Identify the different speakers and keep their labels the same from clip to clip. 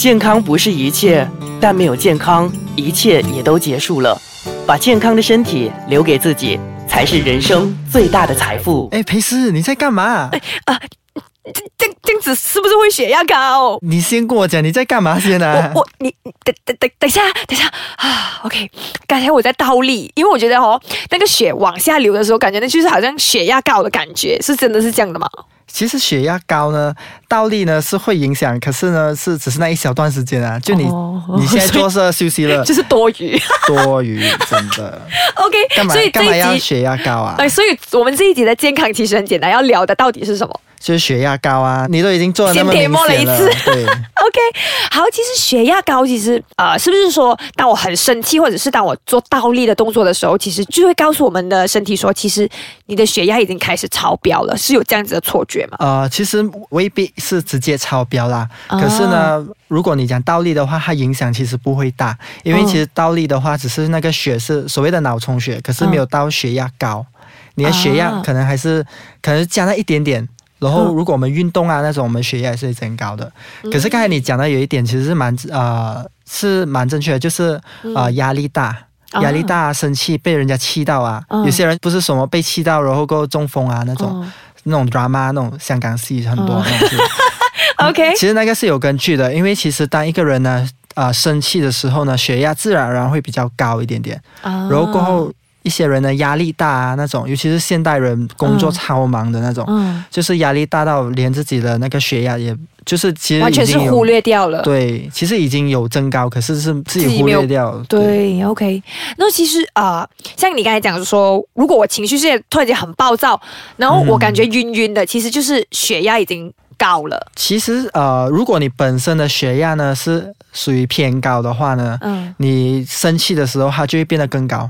Speaker 1: 健康不是一切，但没有健康，一切也都结束了。把健康的身体留给自己，才是人生最大的财富。
Speaker 2: 哎，裴师，你在干嘛？
Speaker 3: 哎这这这样子是不是会血压高？
Speaker 2: 你先跟我讲你在干嘛先啊
Speaker 3: 我？我你你等等等等一下，等一下啊！OK，刚才我在倒立，因为我觉得哦，那个血往下流的时候，感觉那就是好像血压高的感觉，是真的是这样的吗？
Speaker 2: 其实血压高呢，倒立呢是会影响，可是呢是只是那一小段时间啊，就你、
Speaker 3: 哦
Speaker 2: 你现在坐着休息了
Speaker 3: 就，是多余。
Speaker 2: 多余真的。干
Speaker 3: OK，
Speaker 2: 嘛
Speaker 3: 所以这
Speaker 2: 干嘛要
Speaker 3: 一集。
Speaker 2: 血压高啊？
Speaker 3: 哎，所以我们这一集的健康其实很简单，要聊的到底是什么
Speaker 2: 就是血压高啊，你都已经做的那么明
Speaker 3: 先贴摸了
Speaker 2: 显
Speaker 3: 一
Speaker 2: 了，
Speaker 3: 次
Speaker 2: 对。
Speaker 3: ？OK，好，其实血压高，其实呃，是不是说当我很生气，或者是当我做倒立的动作的时候，其实就会告诉我们的身体说，其实你的血压已经开始超标了，是有这样子的错觉吗？
Speaker 2: 呃，其实未必是直接超标啦。
Speaker 3: 啊
Speaker 2: 可是呢，如果你讲倒立的话，它影响其实不会大，因为
Speaker 3: 嗯
Speaker 2: 其实倒立的话，只是那个血是所谓的脑充血，可是没有到血压高，你的血压
Speaker 3: 哦啊
Speaker 2: 可能还是、可能加了一点点。然后，
Speaker 3: 嗯
Speaker 2: 如果我们运动啊那种，我们血压也是会增高的。可是刚才你讲的有一点，其实是蛮呃是蛮正确的，就是
Speaker 3: 嗯
Speaker 2: 呃压力大。压力大、啊、生气、被人家气到啊，
Speaker 3: 嗯
Speaker 2: 有些人不是什么被气到，然后过后中风啊那种，
Speaker 3: 哦
Speaker 2: 那种 drama 那种香港戏很多
Speaker 3: 哦
Speaker 2: 那种 戏。
Speaker 3: OK，
Speaker 2: 其实那个是有根据的，因为其实当一个人呢，呃，生气的时候呢，血压自然而然会比较高一点点，
Speaker 3: 嗯然
Speaker 2: 然后过，后一些人呢压力大啊那种，尤其是现代人工作
Speaker 3: 嗯
Speaker 2: 超忙的那种，
Speaker 3: 嗯，
Speaker 2: 就是压力大到连自己的那个血压也，就是其实
Speaker 3: 完
Speaker 2: 已
Speaker 3: 全是
Speaker 2: 经有
Speaker 3: 忽略掉了。
Speaker 2: 对，其实已经有增高，可是是自
Speaker 3: 自
Speaker 2: 己
Speaker 3: 己
Speaker 2: 忽
Speaker 3: 没有
Speaker 2: 略掉，
Speaker 3: 对，OK。那其实啊、呃像你刚才讲说，如果我情绪现在突然间很暴躁，然后我感觉晕晕的，其实就是血压已经高了。
Speaker 2: 其实呃，如果你本身的血压呢是属于偏高的话呢，
Speaker 3: 嗯，
Speaker 2: 你生气的时候它就会变得更高。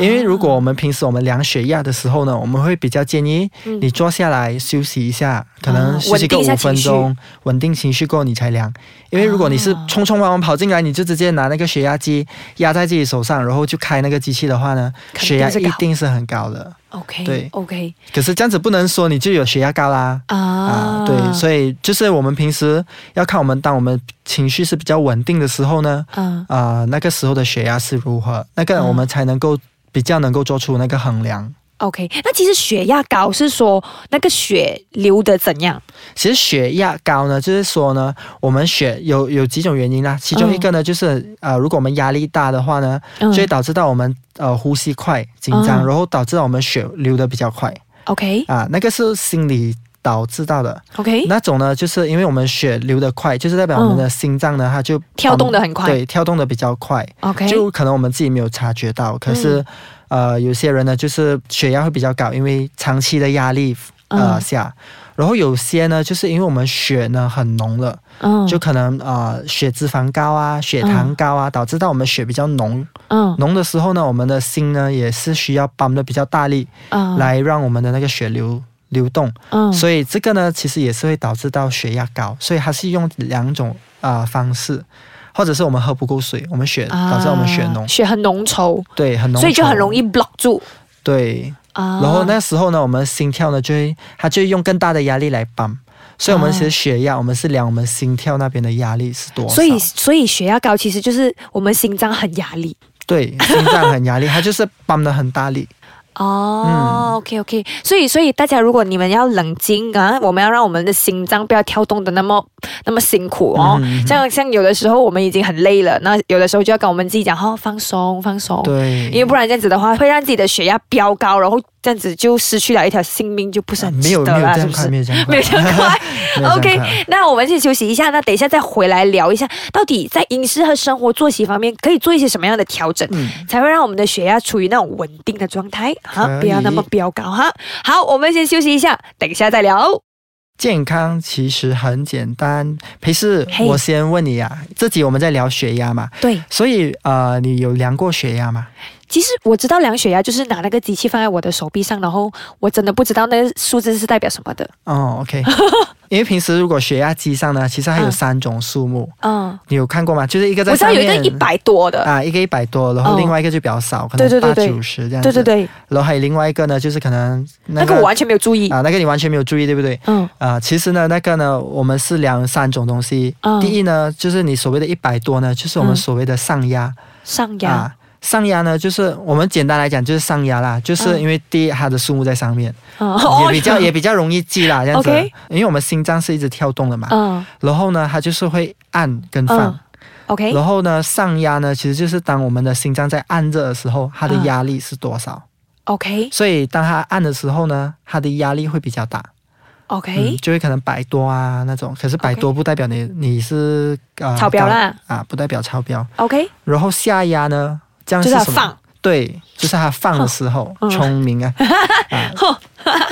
Speaker 2: 因为如果我们平时我们量血压的时候呢，我们会比较建议
Speaker 3: 嗯
Speaker 2: 你坐下来休息一下，可能
Speaker 3: 啊
Speaker 2: 休息个
Speaker 3: 稳定一下
Speaker 2: 五分
Speaker 3: 情
Speaker 2: 钟，稳定情绪过后你才量。因为如果你是
Speaker 3: 啊
Speaker 2: 匆匆忙忙跑进来，你就直接拿那个血压计压在自己手上，然后就开那个机器的话呢，
Speaker 3: 肯定
Speaker 2: 血压
Speaker 3: 是
Speaker 2: 一
Speaker 3: 高
Speaker 2: 定是很高的。
Speaker 3: 啊 OK，
Speaker 2: 对
Speaker 3: OK
Speaker 2: 可是这样子不能说你就有血压高啦。
Speaker 3: 啊
Speaker 2: 啊，对，所以就是我们平时要看我们，当我们情绪是比较稳定的时候呢，
Speaker 3: 嗯
Speaker 2: 啊、那个时候的血压是如何，那个
Speaker 3: 嗯
Speaker 2: 我们才能够比较能够做出那个衡量。
Speaker 3: ，OK。那其实血压高是说那个血流的怎样？
Speaker 2: 其实血压高呢，就是说呢，我们血有有几种原因啦，其中一个呢、就是呃，如果我们压力大的话呢，
Speaker 3: 嗯
Speaker 2: 就会导致到我们呃呼吸快、紧张，
Speaker 3: 嗯
Speaker 2: 然后导致到我们血流的比较快
Speaker 3: OK
Speaker 2: 啊，那个是心理导致到的。
Speaker 3: OK，
Speaker 2: 那种呢，就是因为我们血流得快，就是代表我们的心脏呢，它就
Speaker 3: 嗯跳动得很快
Speaker 2: 对，跳动得比较快，
Speaker 3: OK 嗯
Speaker 2: 就可能我们自己没有察觉到。可是，呃，有些人呢，就是血压会比较高，因为长期的压力呃、
Speaker 3: 嗯
Speaker 2: 下。然后有些呢，就是因为我们血呢很浓了，
Speaker 3: 嗯
Speaker 2: 就可能呃血脂肪高啊、血糖高啊，导致到我们血比较浓。
Speaker 3: 嗯
Speaker 2: 浓的时候呢，我们的心呢也是需要泵的比较大力，
Speaker 3: 嗯
Speaker 2: 来让我们的那个血流流动。
Speaker 3: 嗯
Speaker 2: 所以这个呢，其实也是会导致到血压高，所以它是用两种啊、呃方式，或者是我们喝不够水，我们血导致我们血浓，
Speaker 3: 啊血很浓稠，
Speaker 2: 对，很浓稠，
Speaker 3: 所以就很容易 block 住
Speaker 2: 对。
Speaker 3: 啊。
Speaker 2: 然后那时候呢，我们心跳呢就会，它就会用更大的压力来泵，所以我们
Speaker 3: 啊
Speaker 2: 其实血压，我们是量我们心跳那边的压力是多少，
Speaker 3: 所以，所以血压高其实就是我们心脏很压力。
Speaker 2: 对 心脏很压力，它就是泵的很大力，
Speaker 3: 哦、o
Speaker 2: 嗯
Speaker 3: k OK，所以所以大家如果你们要冷静啊，我们要让我们的心脏不要跳动的那么那么辛苦哦。
Speaker 2: 嗯
Speaker 3: 像像有的时候我们已经很累了，那有的时候就要跟我们自己讲，哦，放松放松，
Speaker 2: 对，
Speaker 3: 因为不然这样子的话会让自己的血压飙高，然后这样子就失去了一条性命，就不是很
Speaker 2: 没
Speaker 3: 值
Speaker 2: 有没
Speaker 3: 得
Speaker 2: 有
Speaker 3: 啦，
Speaker 2: 这
Speaker 3: 是
Speaker 2: 样
Speaker 3: 不
Speaker 2: 快，
Speaker 3: 是？
Speaker 2: 没有这样快，
Speaker 3: 没有这样快。
Speaker 2: 没有这
Speaker 3: OK，
Speaker 2: 样快
Speaker 3: 那我们先休息一下，那等一下再回来聊一下，到底在饮食和生活作息方面可以做一些什么样的调整，
Speaker 2: 嗯
Speaker 3: 才会让我们的血压处于那种稳定的状态
Speaker 2: 可
Speaker 3: 哈，
Speaker 2: 以
Speaker 3: 不要那么飙高哈。好，我们先休息一下，等一下再聊。
Speaker 2: 健康其实很简单，裴师，
Speaker 3: 嘿
Speaker 2: 我先问你啊，这集我们在聊血压嘛，
Speaker 3: 对，
Speaker 2: 所以呃，你有量过血压吗？
Speaker 3: 其实我知道量血压就是拿那个机器放在我的手臂上，然后我真的不知道那个数字是代表什么的。
Speaker 2: 哦，OK，因 为平时如果血压机上呢，其实还有
Speaker 3: 嗯
Speaker 2: 三种数目，
Speaker 3: 嗯，
Speaker 2: 你有看过吗？就是一个在
Speaker 3: 我知道
Speaker 2: 上
Speaker 3: 有一个
Speaker 2: 面
Speaker 3: 一百多的，
Speaker 2: 啊，一个一百多，然后
Speaker 3: 哦
Speaker 2: 另外一个就比较少，可
Speaker 3: 对
Speaker 2: 能
Speaker 3: 对
Speaker 2: 八
Speaker 3: 对对
Speaker 2: 九十这样子。
Speaker 3: 对对。对，
Speaker 2: 然后还有另外一个呢，就是可能那
Speaker 3: 那个我完全没有注意。
Speaker 2: 啊，那个你完全没有注意，对不对？
Speaker 3: 嗯
Speaker 2: 啊，其实呢，那个呢，我们是量三种东西。
Speaker 3: 嗯
Speaker 2: 第一呢，就是你所谓的一百多呢，就是我们
Speaker 3: 嗯
Speaker 2: 所谓的上压、
Speaker 3: 上压，
Speaker 2: 啊。上压呢，就是我们简单来讲就是上压啦，就是
Speaker 3: 嗯
Speaker 2: 因为第一它的数目在上面，
Speaker 3: 嗯，
Speaker 2: 啊也比较也比较容易记啦，这样子。
Speaker 3: OK
Speaker 2: 因为我们心脏是一直跳动的嘛，
Speaker 3: 嗯
Speaker 2: 然后呢，它就是会按跟放，
Speaker 3: 嗯，OK，
Speaker 2: 然后呢，上压呢，其实就是当我们的心脏在按热的时候，它的
Speaker 3: 嗯
Speaker 2: 压力是多少？
Speaker 3: OK
Speaker 2: 所以当它按的时候呢，它的压力会比较大。嗯
Speaker 3: OK，，
Speaker 2: 就会可能百多啊那种，可是百多不代表你你是啊
Speaker 3: 超标啦
Speaker 2: 高啊，不代表超标。
Speaker 3: OK，
Speaker 2: 然后下压呢，这样
Speaker 3: 就是是要
Speaker 2: 什么？
Speaker 3: 放，
Speaker 2: 对，就是它放的时候
Speaker 3: 嗯
Speaker 2: 聪 明啊，啊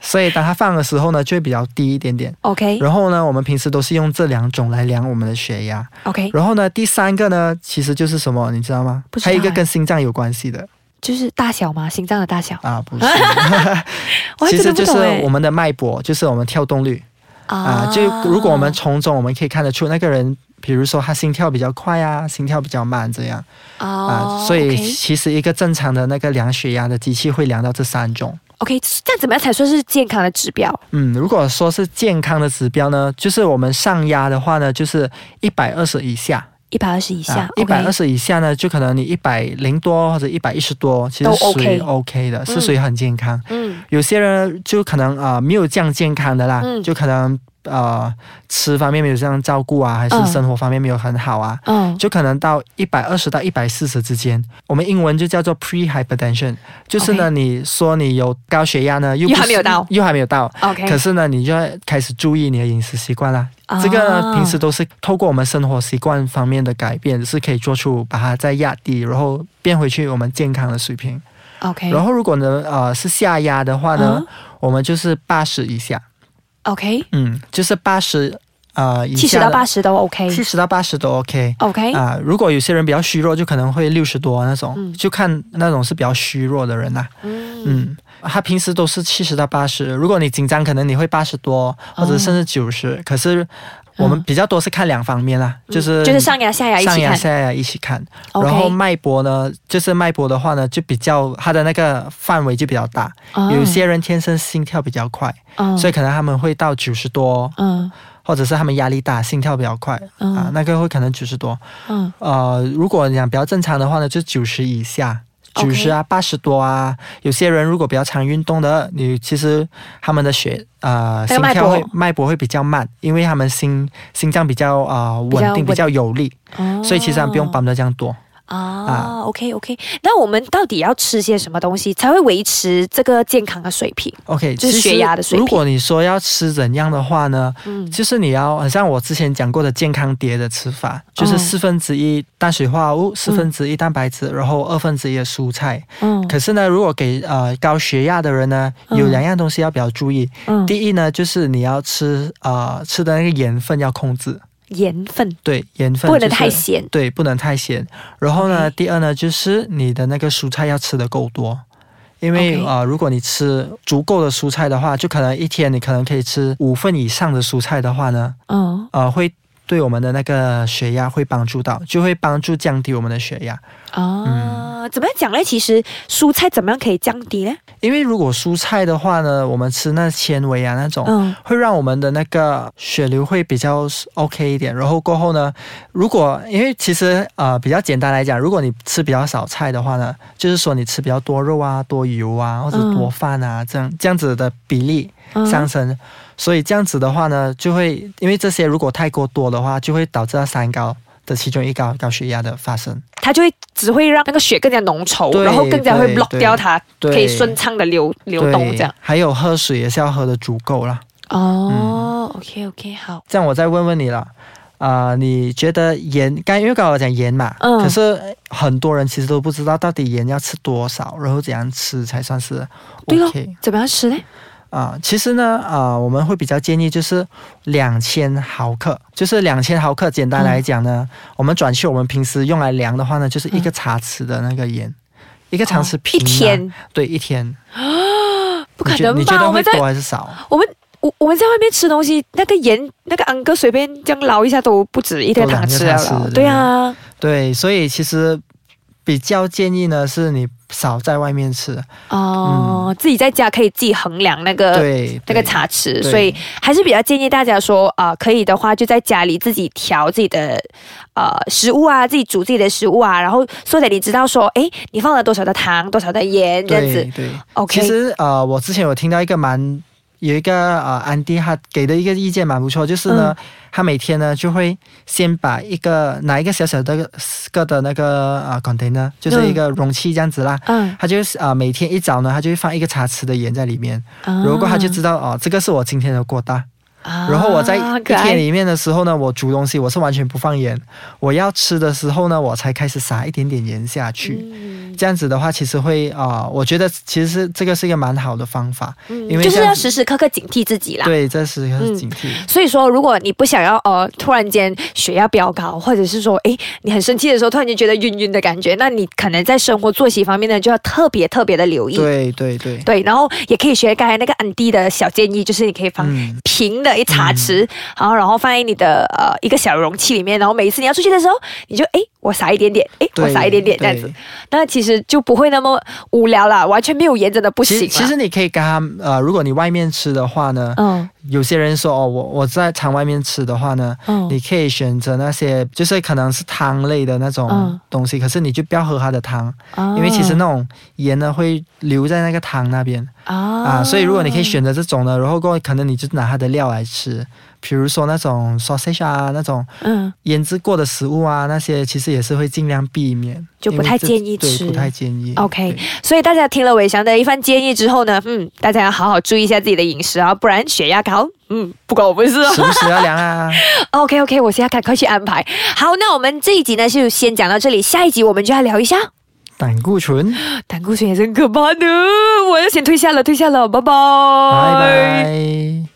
Speaker 2: 所以当它放的时候呢，就会比较低一点点。
Speaker 3: OK
Speaker 2: 然后呢，我们平时都是用这两种来量我们的血压。
Speaker 3: OK，
Speaker 2: 然后呢，第三个呢，其实就是什么，你知道吗？
Speaker 3: 不知道
Speaker 2: 还有一个
Speaker 3: 哎
Speaker 2: 跟心脏有关系的
Speaker 3: 就是大小嘛，心脏的大小，
Speaker 2: 啊，不是，
Speaker 3: 我还
Speaker 2: 其
Speaker 3: 真
Speaker 2: 实
Speaker 3: 的不
Speaker 2: 就是
Speaker 3: 懂哎
Speaker 2: 我。们的脉搏，就是我们跳动率。啊，
Speaker 3: 啊
Speaker 2: 就如果我们从中我们可以看得出那个人，比如说他心跳比较快啊，心跳比较慢这样啊，
Speaker 3: 啊
Speaker 2: 所以其实一个正常的那个量血压的机器会量到这三种。
Speaker 3: OK，这样怎么样才算是健康的指标？
Speaker 2: 嗯，如果说是健康的指标呢，就是我们上压的话呢，就是一百二十以下，
Speaker 3: 一百二十以下，
Speaker 2: 啊一百二
Speaker 3: OK
Speaker 2: 十以下呢，就可能你一百零多或者一百一十多，其实
Speaker 3: 都
Speaker 2: 属于
Speaker 3: OK
Speaker 2: OK 的，是
Speaker 3: 嗯
Speaker 2: 属于很健康。
Speaker 3: 嗯
Speaker 2: 有些人就可能啊、呃没有这样健康的啦，
Speaker 3: 嗯
Speaker 2: 就可能呃吃方面没有这样照顾啊，还是
Speaker 3: 嗯
Speaker 2: 生活方面没有很好啊，
Speaker 3: 嗯
Speaker 2: 就可能到一百二十到一百四十之间，我们英文就叫做 pre-hypertension，就是呢
Speaker 3: OK
Speaker 2: 你说你有高血压呢，又
Speaker 3: 又
Speaker 2: 不
Speaker 3: 还没有到
Speaker 2: 又还没有到。
Speaker 3: ，OK，
Speaker 2: 可是呢，你就要开始注意你的饮食习惯啦。
Speaker 3: 啊
Speaker 2: 这个呢，平时都是透过我们生活习惯方面的改变，是可以做出把它再压低，然后变回去我们健康的水平。
Speaker 3: OK，
Speaker 2: 然后如果呢，呃，是下压的话呢，
Speaker 3: 嗯
Speaker 2: 我们就是八十以下，
Speaker 3: OK，
Speaker 2: 嗯，就是八十呃以
Speaker 3: 七十哎
Speaker 2: 下
Speaker 3: 到八十都 OK
Speaker 2: 七十到八十都 OK。
Speaker 3: OK，
Speaker 2: 啊、如果有些人比较虚弱，就可能会六十多那种，
Speaker 3: 嗯
Speaker 2: 就看那种是比较虚弱的人啦、
Speaker 3: 嗯
Speaker 2: 嗯，他平时都是七十到八十，如果你紧张，可能你会八十多，或者
Speaker 3: 哦
Speaker 2: 甚至九十、可是我们
Speaker 3: 嗯
Speaker 2: 比较多是看两方面啦，就是
Speaker 3: 就是上牙下牙
Speaker 2: 嗯
Speaker 3: 一
Speaker 2: 上
Speaker 3: 起
Speaker 2: 牙
Speaker 3: 看
Speaker 2: 下牙一起看。然后
Speaker 3: ，OK，
Speaker 2: 脉搏呢，就是脉搏的话呢，就比较它的那个范围就比较大。
Speaker 3: 哦
Speaker 2: 有些人天生心跳比较快，
Speaker 3: 嗯
Speaker 2: 所以可能他们会到九十多，
Speaker 3: 嗯
Speaker 2: 或者是他们压力大，心跳比较快、啊，
Speaker 3: 嗯
Speaker 2: 那个会可能九十多。
Speaker 3: 嗯
Speaker 2: 呃，如果讲比较正常的话呢，就九十以下。九
Speaker 3: OK
Speaker 2: 十啊，八十多啊，有些人如果比较常运动的，你其实他们的血啊、呃、
Speaker 3: 那
Speaker 2: 心
Speaker 3: 个脉
Speaker 2: 跳
Speaker 3: 搏
Speaker 2: 会脉搏会比较慢，因为他们心心脏比较啊、呃、
Speaker 3: 比较
Speaker 2: 稳定，比
Speaker 3: 稳
Speaker 2: 较有力，
Speaker 3: 哦
Speaker 2: 所以其实他们不用绑得这样多。啊
Speaker 3: 啊，OK OK，那我们到底要吃些什么东西才会维持这个健康的水平？
Speaker 2: OK，
Speaker 3: 就是
Speaker 2: 其实
Speaker 3: 血压的水
Speaker 2: 如
Speaker 3: 平
Speaker 2: 果你说要吃怎样的话呢，
Speaker 3: 嗯
Speaker 2: 就是你要很像我之前讲过的健康碟的吃法，就是
Speaker 3: 哦
Speaker 2: 四分之一碳水化合物，四分之一蛋白质，然后二分之一的蔬菜。
Speaker 3: 嗯
Speaker 2: 可是呢，如果给呃高血压的人呢，
Speaker 3: 嗯
Speaker 2: 有两样东西要比较注意。
Speaker 3: 嗯，
Speaker 2: 第一呢，就是你要吃呃吃的那个盐分要控制，
Speaker 3: 盐分
Speaker 2: 对盐分、
Speaker 3: 不能太。咸嗯
Speaker 2: 对，不能太咸。然后呢
Speaker 3: OK
Speaker 2: 第二呢，就是你的那个蔬菜要吃的够多，因为
Speaker 3: OK
Speaker 2: 呃，如果你吃足够的蔬菜的话，就可能一天你可能可以吃五份以上的蔬菜的话呢，
Speaker 3: 嗯
Speaker 2: 呃，会对我们的那个血压会帮助到，就会帮助降低我们的血压。
Speaker 3: 啊，怎么样讲呢？其实蔬菜怎么样可以降低呢？
Speaker 2: 因为如果蔬菜的话呢，我们吃那纤维啊那种，
Speaker 3: 嗯
Speaker 2: 会让我们的那个血流会比较 OK 一点。然后过后呢，如果因为其实呃比较简单来讲，如果你吃比较少菜的话呢，就是说你吃比较多肉啊、多油啊或者
Speaker 3: 嗯
Speaker 2: 多饭啊，这样这样子的比例
Speaker 3: 嗯
Speaker 2: 上升。所以这样子的话呢，就会因为这些如果太过多的话，就会导致到三高的其中一高高血压的发生。
Speaker 3: 它就会只会让那个血更加浓稠，
Speaker 2: 对
Speaker 3: 然后更加会
Speaker 2: 对
Speaker 3: block
Speaker 2: 对
Speaker 3: 掉它
Speaker 2: 对
Speaker 3: 可以顺畅的流流动
Speaker 2: 对
Speaker 3: 这样。
Speaker 2: 还有喝水也是要喝的足够啦。
Speaker 3: 哦、o k OK，好，
Speaker 2: 这样我再问问你了，啊、你觉得盐？刚因为刚才我讲盐嘛，
Speaker 3: 嗯
Speaker 2: 可是很多人其实都不知道到底盐要吃多少，然后怎样吃才算是
Speaker 3: 对咯
Speaker 2: OK
Speaker 3: 怎么样吃呢？
Speaker 2: 啊、其实呢，啊、我们会比较建议就是两千毫克，就是两千毫克。
Speaker 3: 嗯
Speaker 2: 简单来讲呢，我们转去我们平时用来量的话呢，就是一个茶匙的那个盐。一个常识瓶、
Speaker 3: 哦
Speaker 2: 啊
Speaker 3: 一天，
Speaker 2: 对，一天。
Speaker 3: 不
Speaker 2: 你
Speaker 3: 可
Speaker 2: 觉
Speaker 3: 能
Speaker 2: 你觉
Speaker 3: 吧？
Speaker 2: 得
Speaker 3: 我
Speaker 2: 会
Speaker 3: 们在
Speaker 2: 多还是少？
Speaker 3: 我们我我们在外面吃东西，那个盐那个安哥随便这样捞一下都不止一个
Speaker 2: 都两
Speaker 3: 汤
Speaker 2: 个
Speaker 3: 匙
Speaker 2: 汤
Speaker 3: 了
Speaker 2: 匙
Speaker 3: 啦
Speaker 2: 对。
Speaker 3: 对啊，
Speaker 2: 对，所以其实比较建议呢，是你少在外面吃。
Speaker 3: 哦，
Speaker 2: 嗯
Speaker 3: 自己在家可以自己衡量那个。
Speaker 2: 对，
Speaker 3: 呃那
Speaker 2: 对
Speaker 3: 个茶匙，
Speaker 2: 对
Speaker 3: 所以还是比较建议大家说，啊、可以的话就在家里自己调自己的，呃，食物啊，自己煮自己的食物啊，然后说得你知道说，诶，你放了多少的糖，多少的盐，这样
Speaker 2: 对
Speaker 3: 子
Speaker 2: 对。
Speaker 3: ，OK，
Speaker 2: 其实呃，我之前有听到一个蛮有一个呃安迪他给的一个意见蛮不错，就是呢，
Speaker 3: 嗯
Speaker 2: 他每天呢就会先把一个拿一个小小的个的那个啊、呃、container，就是一个容器这样子啦。
Speaker 3: 嗯，
Speaker 2: 他就是啊、呃每天一早呢，他就会放一个茶匙的盐在里面，
Speaker 3: 啊
Speaker 2: 如果他就知道哦、这个是我今天的锅大。
Speaker 3: 啊
Speaker 2: 然后我在一
Speaker 3: 可爱
Speaker 2: 天里面的时候呢，我煮东西我是完全不放盐，我要吃的时候呢，我才开始撒一点点盐下去。
Speaker 3: 嗯
Speaker 2: 这样子的话，其实会啊、呃我觉得其实是这个是一个蛮好的方法，
Speaker 3: 嗯
Speaker 2: 因为
Speaker 3: 就是
Speaker 2: 这
Speaker 3: 要
Speaker 2: 样子
Speaker 3: 时时刻刻警惕自己啦。
Speaker 2: 对，这是
Speaker 3: 嗯
Speaker 2: 很警惕。
Speaker 3: 所以说，如果你不想要呃突然间血压飙高，或者是说诶你很生气的时候突然间觉得晕晕的感觉，那你可能在生活作息方面呢就要特别特别的留意。
Speaker 2: 对对对，
Speaker 3: 对然后也可以学刚才那个安迪的小建议，就是你可以放
Speaker 2: 嗯
Speaker 3: 平的一茶匙，然后然后放在你的呃一个小容器里面，然后每一次你要出去的时候，你就诶我撒一点点，诶我
Speaker 2: 对
Speaker 3: 撒一点点这样子
Speaker 2: 对，
Speaker 3: 那其实就不会那么无聊啦，完全没有盐真的不
Speaker 2: 其
Speaker 3: 行
Speaker 2: 实
Speaker 3: 啦。
Speaker 2: 其实你可以跟他呃，如果你外面吃的话呢，
Speaker 3: 嗯
Speaker 2: 有些人说哦，我我在常外面吃的话呢，
Speaker 3: 嗯
Speaker 2: 你可以选择那些就是可能是汤类的那
Speaker 3: 嗯
Speaker 2: 种东西，可是你就不要喝它的汤，
Speaker 3: 啊
Speaker 2: 因为其实那种盐呢会留在那个汤那边。
Speaker 3: 啊
Speaker 2: 啊，所以如果你可以选择这种呢，然后过后可能你就拿它的料来吃，比如说那种 sausage 啊，那种
Speaker 3: 嗯。
Speaker 2: 腌制过的食物啊，那些其实也是会尽量避免，
Speaker 3: 就不
Speaker 2: 因为
Speaker 3: 太
Speaker 2: 这
Speaker 3: 建议吃
Speaker 2: 对，不太建议。
Speaker 3: OK
Speaker 2: 对
Speaker 3: 所以大家听了伟翔的一番建议之后呢，嗯，大家要好好注意一下自己的饮食啊，不然血压高，嗯，不关我们事哦。
Speaker 2: 时不时要量 啊，
Speaker 3: OK OK，我现在赶快去安排。好，那我们这一集呢就先讲到这里，下一集我们就来聊一下啊
Speaker 2: 胆固醇，
Speaker 3: 胆固哦醇也是很可怕的，我要先退下了，退下了，拜拜，
Speaker 2: 拜拜。